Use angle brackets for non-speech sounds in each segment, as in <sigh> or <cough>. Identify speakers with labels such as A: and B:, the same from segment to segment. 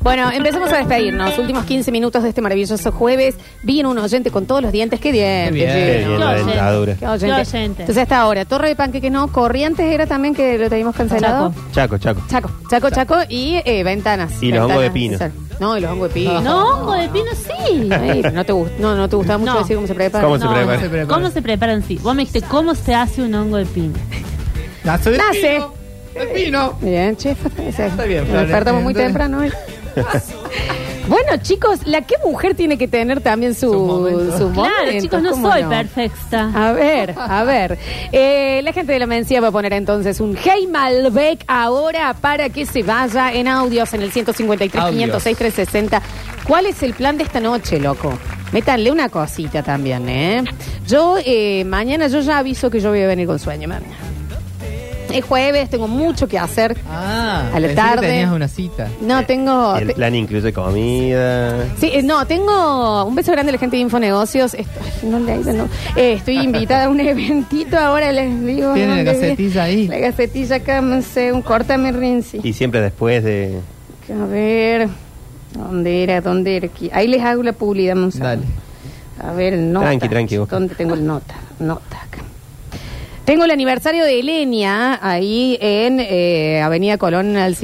A: Bueno, empezamos a despedirnos. Últimos 15 minutos de este maravilloso jueves. Vino un oyente con todos los dientes. ¡Qué dientes!
B: bien.
A: Gino!
B: Qué bien
C: la dentadura.
A: Qué oyente.
B: Qué oyente.
A: Entonces hasta ahora, Torre de Panqueque no, Corrientes era también que lo teníamos cancelado.
C: Chaco, Chaco.
A: Chaco, Chaco, Chaco, y eh, Ventanas.
C: Y los
A: Ventanas,
C: hongos de pino.
A: No, y los hongos de pino.
B: No, hongo de pino sí.
A: Ay, no te gust- no, no te gustaba mucho
B: No.
A: decir cómo se prepara.
C: ¿Cómo se
B: No,
C: prepara?
B: no. ¿Cómo se preparan? Sí. Vos me dijiste, ¿cómo se hace un hongo de pino?
D: Nace. del
A: Nace.
D: pino, del pino.
A: Bien, <laughs> chef. Está
D: bien,
A: Nos
D: Flores.
A: despertamos muy
D: Está bien.
A: temprano. ¿eh? bueno, chicos, la que mujer tiene que tener también su,
D: Sus momentos.
A: sus
B: Claro,
A: momentos,
B: chicos, no
A: ¿cómo
B: soy perfecta.
A: A ver, a ver. Eh, la gente de la Mencía va a poner entonces un Hey Malbec ahora para que se vaya en audios en el 153
D: Audios.
A: 506 360. ¿Cuál es el plan de esta noche, loco? Métanle una cosita también, ¿eh? Yo, eh, mañana, yo ya aviso que yo voy a venir con sueño, mañana. Es jueves, tengo mucho que hacer.
D: Ah,
A: A la
D: pensé que
A: tarde.
D: tenías una cita.
A: No, tengo...
C: El plan incluye comida.
A: Sí, eh, no, tengo un beso grande a la gente de Infonegocios. Esto- ay, no le ha ido, no. Eh,
D: <laughs>
A: estoy invitada a un eventito ahora, les digo.
D: Tiene la
A: ¿dónde vi-
D: gacetilla ahí.
A: La gacetilla acá, no sé, un córtame Rinzi.
C: Y siempre después de.
A: A ver, ¿dónde era? ¿Dónde era? Aquí. Ahí les hago la publicidad, un segundo.
D: Dale.
A: A ver, nota.
C: Tranqui, tranqui, vos.
A: ¿Dónde tengo el nota? Nota acá. Tengo el aniversario de Elenia ahí en eh, Avenida Colón al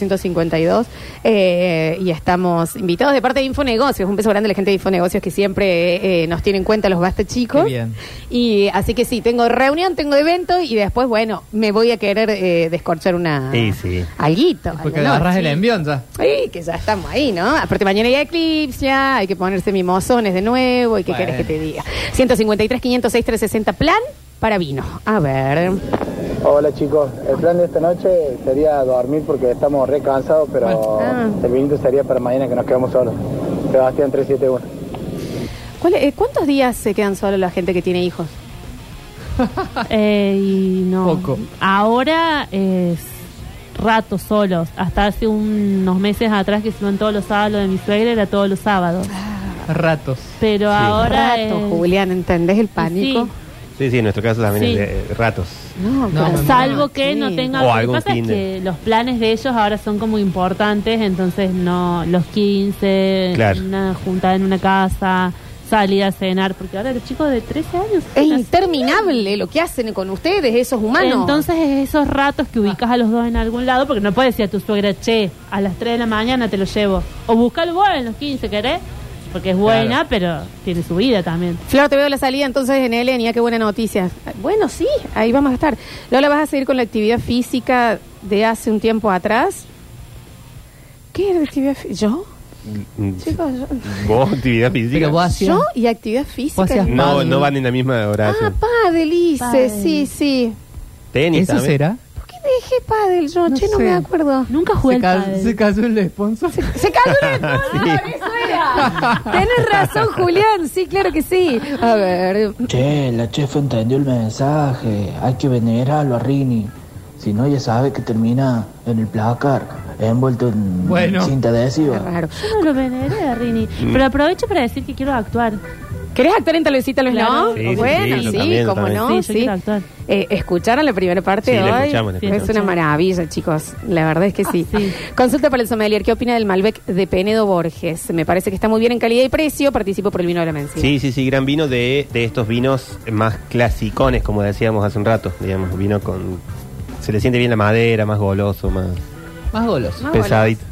A: 5852 eh, y estamos invitados de parte de Infonegocios. Un beso grande a la gente de Infonegocios que siempre eh, nos tiene en cuenta los basta chicos.
D: Qué bien.
A: Y así que sí, tengo reunión, tengo evento y después, bueno, me voy a querer eh, descorchar una...
C: Sí, sí.
A: Alguito.
D: Porque
A: a la
D: agarras
A: noche.
D: el envión ya.
A: Ay, que ya estamos ahí, ¿no? Aparte mañana hay eclipse, ya, hay que ponerse mimosones de nuevo, ¿y qué
D: Bueno.
A: querés que te diga? 153, 506, 360, plan para vino. A ver.
E: Hola chicos, el plan de esta noche sería dormir porque estamos re cansados, pero
A: Ah.
E: el vinito sería para mañana que nos quedamos solos. Sebastián 371.
A: ¿Cuál es- eh, ¿Cuántos días se quedan solo la gente que tiene hijos?
B: Eh, y no.
D: Poco.
B: Ahora es rato solos. Hasta hace unos meses atrás que se iban todos los sábados lo de mi suegra, era todos los sábados.
D: Ratos.
B: Pero ahora.
A: Rato,
B: es-
A: Julián, ¿entendés el pánico?
B: Sí.
C: Sí, sí, en nuestro caso también
B: Sí.
C: es de eh, ratos.
A: No,
D: No,
A: pero-
D: me
B: Salvo que
A: Sí.
B: no tenga.
C: O
B: lo que
C: algún
B: pasa es
C: Tinder.
B: que los planes de ellos ahora son como importantes, entonces no. Los 15,
C: Claro.
B: una juntada en una casa, salir a cenar, porque ahora los chicos de 13 años.
A: Es
B: hacen-
A: interminable lo que hacen con ustedes, esos humanos.
B: Entonces es esos ratos que
D: Ah.
B: ubicas a los dos en algún lado, porque no puedes decir a tu suegra, che, a las 3 de la mañana te lo llevo. O buscalo vos en los 15, ¿querés? Porque es buena, pero tiene su vida también.
A: Flor, te veo la salida entonces en Elenia, qué buena noticia. Bueno, sí, ahí vamos a estar. Lola, ¿vas a seguir con la actividad física de hace un tiempo atrás? ¿Qué era la actividad física? ¿Yo?
C: Mm,
A: Chicos, yo.
C: ¿Vos actividad física?
D: Pero vos hacías.
A: ¿Yo y actividad física?
D: Vos hacías-
C: No,
D: Pádel.
C: no van en la misma
A: Ah,
C: oración.
A: pádel hice,
B: Pádel.
A: sí, sí.
C: Tenis
D: ¿Eso
C: también.
D: será?
A: ¿Por qué dejé pádel yo?
D: No
A: che, no
D: sé.
A: me acuerdo.
B: Nunca jugué
D: Se,
B: al
D: ca-
B: pádel.
D: se casó el sponsor.
A: Se cayó el sponsor, eso era. Tenés razón, Julián, sí, claro que sí. A ver,
F: Che, la chef entendió el mensaje. Hay que venerarlo a Rini. Si no, ya sabe que termina en el placar, envuelto en
D: Bueno.
F: cinta
A: qué
F: adhesiva.
A: raro.
B: Yo no lo veneré a Rini. Pero aprovecho para decir que quiero actuar.
A: ¿Querés actuar en Talvecita los
B: Claro.
A: no?
B: Sí, sí,
A: bueno,
B: sí,
A: sí,
B: yo
C: también,
A: cómo
C: también.
A: no,
B: Sí, yo
A: sí.
B: quiero actuar.
A: Eh, ¿Escucharon la primera parte
C: Sí,
A: de
C: la
A: hoy?
C: escuchamos, la
A: es
C: escuchamos.
A: una maravilla, chicos. La verdad es que sí.
B: Ah, sí.
A: Consulta para el sommelier. ¿Qué opina del Malbec de Penedo Borges? Me parece que está muy bien en calidad y precio. Participo por el vino de la mención.
C: Sí, sí, sí, gran vino de, de estos vinos más clasicones, como decíamos hace un rato. Digamos, vino con. Se le siente bien la madera, más goloso, más.
D: Más goloso.
C: Pesadito.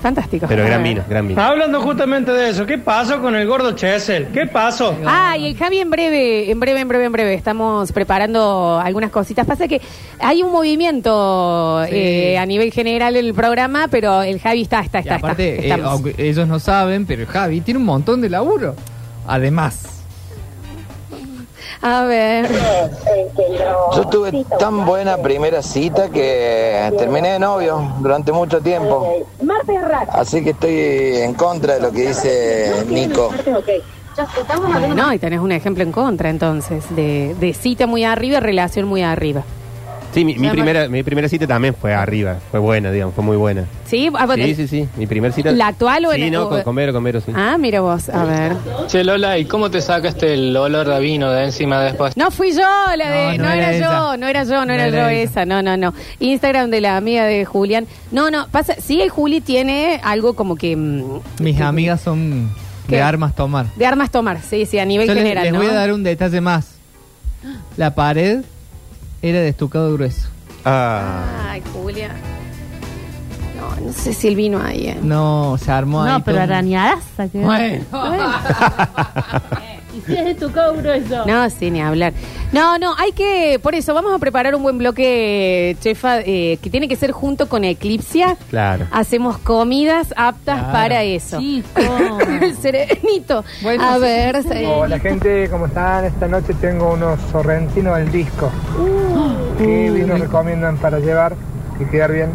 A: Fantástico.
C: Pero gran
A: A ver.
C: vino, gran vino.
G: Hablando justamente de eso, ¿qué pasó con el gordo Chesel? ¿Qué pasó?
A: Ah, y el Javi en breve, en breve, en breve, en breve. Estamos preparando algunas cositas. Pasa que hay un movimiento
D: Sí.
A: eh, a nivel general en el programa, pero el Javi está, está,
D: Y
A: está. está.
D: aparte, eh,
A: Estamos.
D: aunque ellos no saben, pero Javi tiene un montón de laburo. Además.
A: A ver.
F: Yo tuve tan buena primera cita que terminé de novio durante mucho tiempo. Así que estoy en contra de lo que dice Nico.
A: No, y tenés un ejemplo en contra, entonces, de, de cita muy arriba, relación muy arriba.
C: Sí, mi, mi
A: Ya,
C: primera, mi primera cita también fue arriba, fue buena, digamos, fue muy buena.
A: Sí, ah, vos
C: Sí,
A: tenés-
C: sí, sí, mi primera cita.
A: ¿La actual o
C: Sí,
A: en-
C: no,
A: o-
C: con, con Vero, con Vero, sí.
A: Ah, mira vos, a ver.
H: Che, Lola, ¿y cómo te sacaste el olor a vino de encima después?
A: No fui yo, la de, no,
D: No, no
A: era,
D: era
A: yo,
D: esa.
A: no era yo, no,
D: No
A: era,
D: era
A: yo esa.
D: esa.
A: no, no, no. Instagram de la amiga de Julián. No, no, pasa, sí, el Juli tiene algo como que mm,
D: Mis amigas son
A: ¿Qué?
D: de armas tomar.
A: de armas tomar, sí, sí, a nivel
D: Yo les,
A: general,
D: les
A: ¿no?
D: voy a dar un detalle más. La pared era de estucado grueso.
C: Ah,
A: Ay, Julián. No, no sé si el vino ahí,
D: <laughs>
A: eh.
D: No, se armó ahí.
B: No, pero
D: todo un-
B: arañadas.
D: Bueno.
B: Y si es de tu cobro eso.
A: No, sí, ni hablar. No, no, hay que. Por eso, vamos a preparar un buen bloque, chefa, eh, que tiene que ser junto con Eclipsia.
C: <laughs> claro.
A: Hacemos comidas aptas
D: Claro.
A: para eso.
B: Chico.
A: <laughs> Serenito.
D: Bueno,
A: a
D: sí.
A: ver, se-
E: Hola gente, ¿cómo están? Esta noche tengo unos sorrentinos al disco.
H: Uh.
E: ¿Qué vino recomiendan para llevar y quedar bien?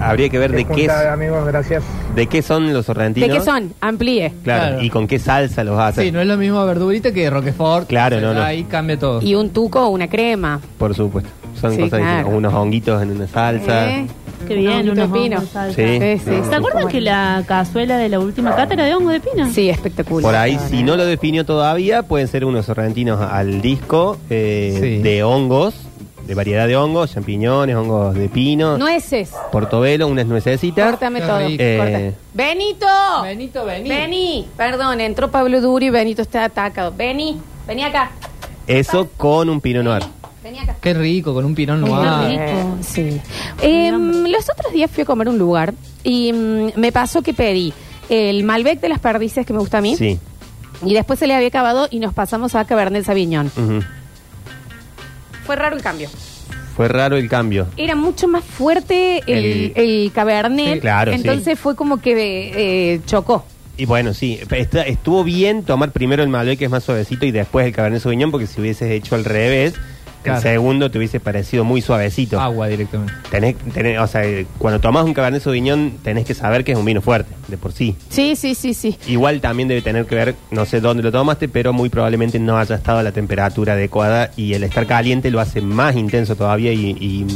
A: Ah.
C: Habría que ver de qué,
E: Junta de amigos, gracias.
C: de qué son
A: ¿de
C: los sorrentinos.
A: qué son? Amplíe.
C: Claro,
D: Claro.
C: y con qué salsa los hacen.
D: Sí, no es lo mismo verdurita que Roquefort.
C: Claro,
D: O sea,
C: no, no.
D: Ahí cambia todo.
A: Y un tuco o una crema.
C: Por supuesto. Son
A: Sí,
C: cosas
A: claro.
C: distintas. Unos honguitos en una salsa.
A: ¿Eh?
B: Qué bien,
A: Un honguito de
B: unos hongos
A: pino.
B: salsa.
C: Sí.
A: sí,
B: ¿Se acuerdan que la cazuela de la última cátedra de hongo de pino?
A: Sí, espectacular.
C: Por ahí, si no lo definió todavía, pueden ser unos sorrentinos al disco eh,
D: Sí.
C: de hongos, de variedad de hongos, champiñones, hongos de pino,
A: Nueces.
C: portobelo, unas nuecesitas.
A: Córtame
D: Qué
A: todo.
D: rico.
A: Corta.
C: Eh.
A: Benito.
D: Benito,
A: Vení. Perdón, entró Pablo Duri y Benito está atacado. Vení, vení acá.
C: Eso con un pino noir.
A: Vení acá.
D: Qué rico, con un pirón
B: Qué
D: noir.
B: rico.
A: Sí. Eh, los otros días fui a comer a un lugar y mm, me pasó que pedí el Malbec de las perdices que me gusta a mí.
C: Sí.
A: Y después se le había acabado y nos pasamos a Cabernet Sauvignon.
C: Ujú.
A: Fue raro el cambio.
C: Fue raro el cambio.
A: Era mucho más fuerte el, el,
C: El-
A: Cabernet.
C: Sí, claro, sí.
A: entonces fue como que eh, chocó.
C: Y bueno, sí, está- estuvo bien tomar primero el Malbec, que es más suavecito, y después el Cabernet Sauvignon, porque si hubieses hecho al revés,
D: Claro. Ah,
C: el segundo te hubiese parecido muy suavecito.
D: Agua directamente.
C: Tenés- tenés- o sea, eh, cuando tomás un Cabernet Sauvignon, tenés que saber que es un vino fuerte, de por sí.
A: Sí, sí, sí, sí.
C: Igual también debe tener que ver, no sé dónde lo tomaste, pero muy probablemente no haya estado a la temperatura adecuada y el estar caliente lo hace más intenso todavía y, y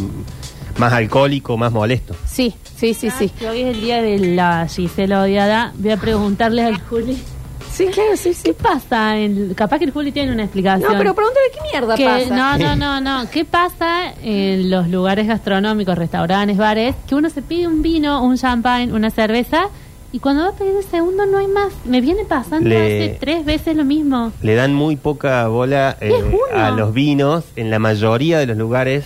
C: más alcohólico, más molesto.
A: Sí, sí, sí, sí.
B: Que Ah, hoy es el día de la Gisela odiada. Voy a preguntarle al Juli.
A: Ah. Sí, claro, sí,
B: ¿Qué
A: sí.
B: pasa? en- capaz que el Juli tiene una explicación.
A: No, pero pregúntale qué mierda
B: Que-
A: pasa.
B: No, no, no, no. ¿Qué pasa en los lugares gastronómicos, restaurantes, bares? Que uno se pide un vino, un champagne, una cerveza y cuando va a pedir el segundo no hay más. Me viene pasando
C: Le-
B: hace tres veces lo mismo.
C: Le dan muy poca bola eh,
B: Es uno.
C: a los vinos, en la mayoría de los lugares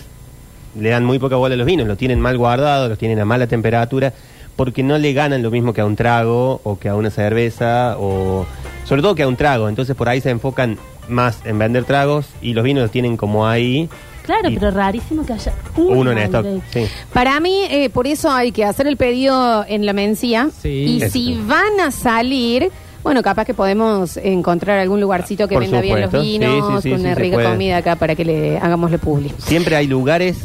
C: le dan muy poca bola a los vinos, lo tienen mal guardado, los tienen a mala temperatura, porque no le ganan lo mismo que a un trago o que a una cerveza o sobre todo que a un trago, entonces por ahí se enfocan más en vender tragos y los vinos los tienen como ahí.
B: Claro,
C: Y-
B: pero rarísimo que haya uno,
C: Uno en stock,
B: directo.
C: sí.
A: Para mí, eh, por eso hay que hacer el pedido en la mencía.
D: Sí.
A: Y
C: Eso.
A: si van a salir, bueno, capaz que podemos encontrar algún lugarcito que
C: Ah, Por
A: venda bien los
C: supuesto. Sí,
A: vinos,
C: sí, sí,
A: con
C: sí,
A: una
C: se
A: rica
C: puede.
A: comida acá para que le hagamos le publi.
C: Siempre hay lugares,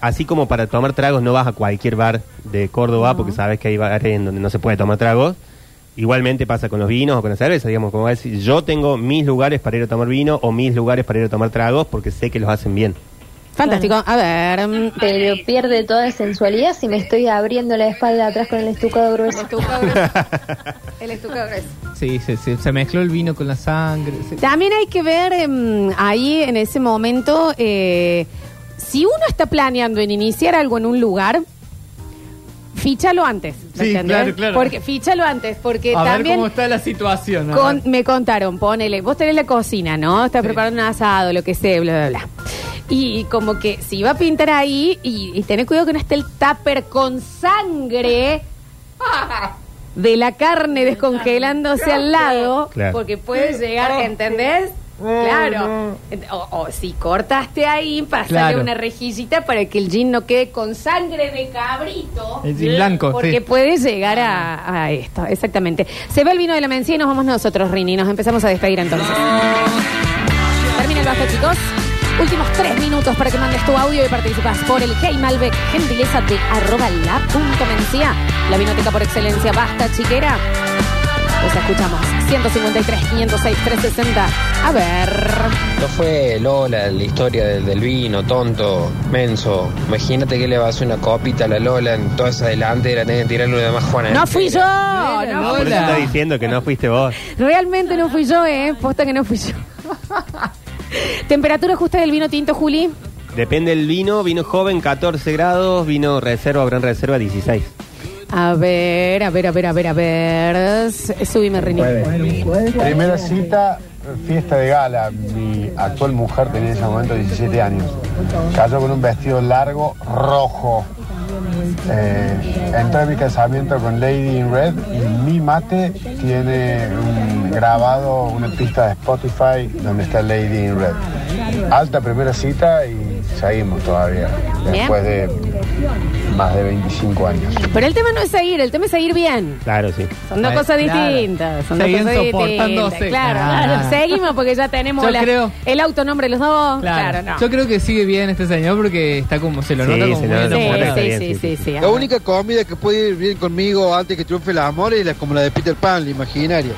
C: así como para tomar tragos, no vas a cualquier bar de Córdoba, porque sabes que hay bares en donde no se puede tomar tragos. Igualmente pasa con los vinos o con la cerveza, digamos, como decir, yo tengo mis lugares para ir a tomar vino o mis lugares para ir a tomar tragos porque sé que los hacen bien. <laughs>
A: Fantástico. A ver. mm,
I: Pero pierde toda sensualidad si me estoy abriendo la espalda atrás con el estucado
A: El
I: grueso.
A: estucado <laughs> grueso. El estucado grueso.
D: Sí, se, se- se mezcló el vino con la sangre. se-
A: También hay que ver em, ahí en ese momento eh, si uno está planeando en iniciar algo en un lugar. Fíchalo antes, ¿me
D: Sí,
A: entendés?
D: claro, claro.
A: Porque fíchalo antes, porque
D: a ver
A: también
D: cómo está la situación. a
A: Con-
D: ver.
A: me contaron, ponele, vos tenés la cocina, ¿no? Estás
D: Sí.
A: preparando un asado, lo que sea, bla, bla, bla. Y como que si va a pintar ahí y, y tenés cuidado que no esté el tupper con sangre de la carne descongelándose al lado,
C: Claro.
A: porque puede llegar, ¿entendés? Claro. Ent- O, o si cortaste ahí, pasale
D: Claro.
A: una rejillita para que el gin no quede con sangre de cabrito.
D: El gin blanco,
A: Porque
D: sí.
A: puede llegar a, a esto, exactamente. Se va el vino de la mencía y nos vamos nosotros, Rini. Nos empezamos a despedir entonces. Termina el bajo, chicos. Últimos tres minutos para que mandes tu audio y participas por el Hey Malbec, gentileza de arroba la punto mencía. La vinoteca por excelencia, basta, chiquera. Los escuchamos. 153, 506, 360. A ver.
H: No fue Lola la historia del, del vino, tonto, menso. Imagínate que le vas una copita a la Lola en toda esa delantera, tenés que tirarle una más Juana.
A: No fui yo.
D: Era
A: Eh, no
C: Por
A: fui
C: eso
D: Lola.
A: yo.
C: está diciendo que no fuiste vos.
A: Realmente no fui yo, ¿eh? Posta que no fui yo. <laughs> Temperatura justa del vino tinto, Juli.
C: Depende del vino, vino joven 14 grados, vino reserva, gran reserva 16.
A: A ver, a ver, a ver, a ver, a ver. Subime, Rini.
F: Primera cita, fiesta de gala. Mi actual mujer tenía en ese momento 17 años. Cayó con un vestido largo rojo. Eh, entré a mi casamiento con Lady in Red y mi mate tiene un grabado una pista de Spotify donde está Lady in Red. Alta primera cita y seguimos todavía,
A: Bien.
F: después de más de 25 años.
A: Pero el tema no es seguir, el tema es seguir bien.
C: Claro, sí.
A: Son dos
D: Ay,
A: cosas
D: claro.
A: distintas. Son dos
D: Seguían
A: cosas distintas.
D: soportándose.
A: Claro,
D: Ah.
A: claro. Seguimos porque ya tenemos
D: Yo
A: la-
D: creo-
A: el autonombre de los dos. Claro,
D: Claro.
A: no.
D: Yo creo que sigue bien este señor porque está como se lo
C: Sí,
D: nota como
C: se
D: muy
C: nota, se
A: sí,
D: enamorado.
C: está
A: sí,
C: bien,
A: sí,
C: sí,
A: sí,
C: sí.
A: sí,
J: La
A: ajá.
J: única comida que puede ir bien conmigo antes que triunfe el amor es la, como la de Peter Pan, la imaginaria.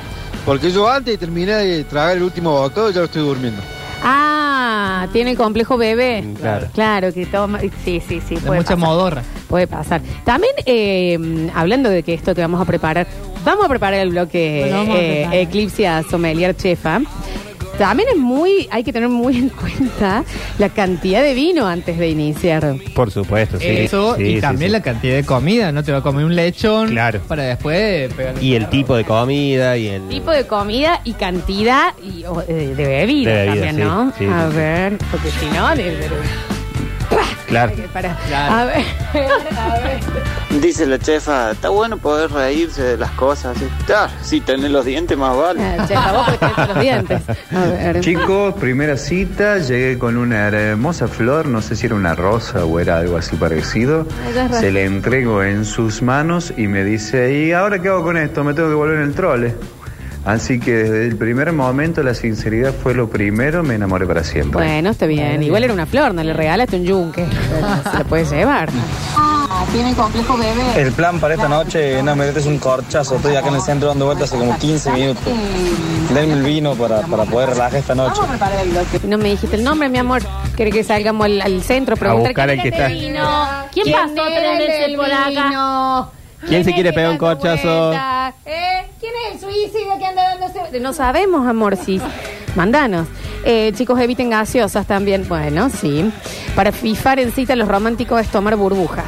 J: Porque yo antes de terminar de tragar el último bocado ya lo estoy durmiendo.
A: Ah, tiene el complejo bebé.
C: Mm, claro.
A: Claro, que toma. Sí, sí, sí.
D: De
A: puede
D: mucha
A: pasar.
D: modorra.
A: Puede pasar. También, eh, hablando de que esto que vamos a preparar, vamos a preparar el bloque
B: Lo vamos a
A: eh,
B: preparar.
A: Eclipse a Sommelier Chefa. También es muy, hay que tener muy en <laughs> cuenta la cantidad de vino antes de iniciar.
C: Por supuesto, sí.
D: Eso
C: Sí,
D: y
C: sí,
D: también
C: sí.
D: la cantidad de comida. No te va a comer un lechón
C: Claro.
D: para después pegarle
C: Y el tipo de comida y el...
A: Tipo de comida y cantidad y, o, eh, de bebida,
C: De bebida,
A: también,
C: sí,
A: ¿no?
C: sí,
A: a
C: sí, sí.
A: ver, porque si no, de- de-
C: Claro.
A: para,
D: Claro.
A: a ver, <laughs> a ver.
H: Dice la chefa, está bueno poder reírse de las cosas. si tenés los dientes más vale.
A: Ah, Chefa, vos porque tenés los dientes. A ver.
J: Chicos, primera cita, llegué con una hermosa flor, no sé si era una rosa o era algo así parecido.
A: Ay, ya es raro.
J: Se la entrego en sus manos y me dice, ¿y ahora qué hago con esto? Me tengo que volver en el trole. Así que desde el primer momento la sinceridad fue lo primero, me enamoré para siempre.
A: Bueno, está bien. Igual era una flor, no le regalaste un yunque. <laughs> Se lo puedes llevar.
F: El plan para esta noche, no me metes un corchazo, estoy acá en el centro dando vueltas hace como 15 minutos. Denme el vino para, para poder relajar esta noche.
A: No me dijiste el nombre, mi amor. ¿Querés que salgamos al, al centro? Preguntar
C: buscar al
A: quién
C: que
A: era
C: está.
A: el
B: No. ¿Quién pasó
A: era
B: tres
A: el
B: veces
A: del
B: por acá?
A: vino?
C: ¿Quién se
A: es
C: quiere
A: que
C: pegar un
A: anda
C: corchazo?
A: vuelta? ¿Eh? ¿Quién es el suicida que anda dándose? No sabemos, amorcis. Mandanos. Eh, chicos, eviten gaseosas también. Bueno, sí. Para fifar en cita, los románticos es tomar burbujas.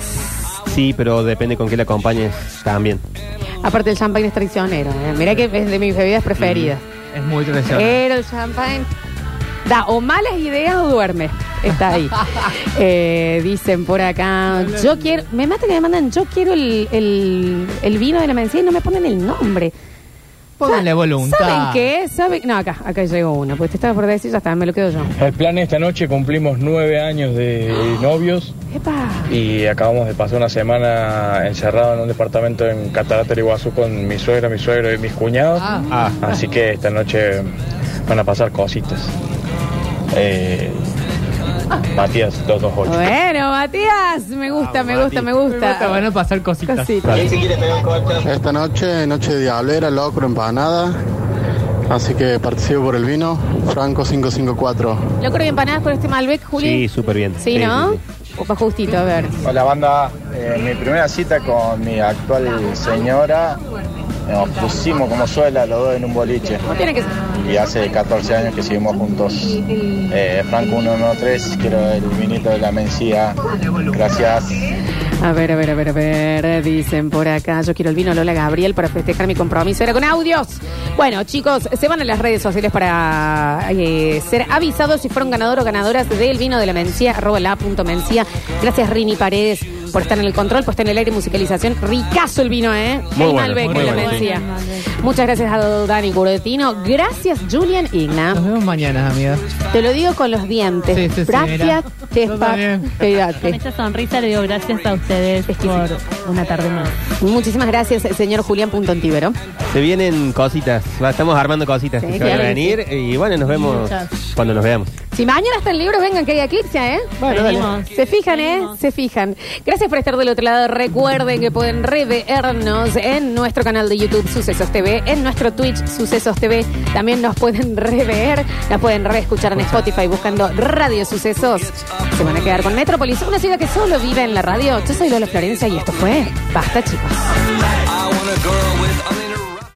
C: Sí, pero depende con qué la acompañes también.
A: Aparte, el champagne es traicionero. ¿eh? Mirá que es de mis bebidas preferidas.
D: Es muy tradicional.
A: Pero el champagne da o malas ideas o duerme. Está ahí. Eh, dicen por acá, yo quiero, me mata que me mandan, yo quiero el, el- el vino de la mencía y no me ponen el nombre.
D: Pónganle
A: Sa-
D: voluntad.
A: ¿Saben qué? ¿Saben? No, acá, acá llegó uno, pues te estaba por decir, ya está, me lo quedo yo.
G: El plan esta noche cumplimos nueve años de novios
A: Epa.
G: y acabamos de pasar una semana encerrado en un departamento en Catarata del Iguazú con mi suegra, mi suegro y mis cuñados.
D: Ah.
C: Ah,
G: Así que esta noche van a pasar cositas. Eh, Matías 228.
A: Bueno, Matías, me gusta, me gusta, me
D: Está
A: gusta.
D: bueno pasar cositas.
A: Cosita.
J: Esta noche, noche de diablera, locro, empanada. Así que participo por el vino, Franco 554.
A: ¿Lo creo empanadas con este Malbec, Juli?
C: sí, súper bien.
A: Sí, ¿no?
C: sí,
A: Opa, justito, a ver.
F: Hola banda, Eh, mi primera cita con mi actual señora nos pusimos como suela los dos en un boliche
A: No tiene que ser.
F: y hace 14 años que seguimos juntos. Eh, Franco 113, quiero el vinito de la mencía. Gracias.
A: A ver, a ver, a ver, a ver. Dicen por acá, yo quiero el vino Lola Gabriel para festejar mi compromiso. Era con audios. Bueno, chicos, se van a las redes sociales para eh, ser avisados si fueron ganador o ganadoras del vino de la mencía, arroba la punto mencía. Gracias, Rini Paredes, por estar en el control, por estar en el aire y musicalización. Ricazo el vino, ¿eh?
C: Muy
A: el
C: bueno,
A: Malbec
C: muy
A: de la
C: bueno,
A: mencía.
B: sí.
A: Muchas gracias a Dani Curetino. Gracias, Julian Igna.
D: Nos vemos mañana, amiga.
A: Te lo digo con los dientes.
D: Sí, sí, sí,
A: gracias,
D: mira.
A: te
D: Yo también.
B: Con esta sonrisa le digo gracias a ustedes por una tarde más.
A: Muchísimas gracias, señor Julián Punto Ontivero.
C: sí. Se vienen cositas, va, estamos armando cositas
A: Sí,
C: que se van
A: claro
C: a
A: que
C: venir y bueno, nos vemos
B: Muchas.
C: cuando nos veamos.
A: Si mañana están libros, vengan que hay eclipse, ¿eh?
B: Bueno, dale. Venimos.
A: Se fijan, ¿eh?
B: Venimos.
A: Se fijan. Gracias por estar del otro lado. Recuerden que pueden revernos en nuestro canal de YouTube Sucesos TV, en nuestro Twitch Sucesos TV. También nos pueden rever, nos pueden reescuchar en Spotify buscando Radio Sucesos. Se van a quedar con Metrópolis, una ciudad que solo vive en la radio. Yo soy Lola Florencia y esto fue Basta, chicos.
K: I want a girl with a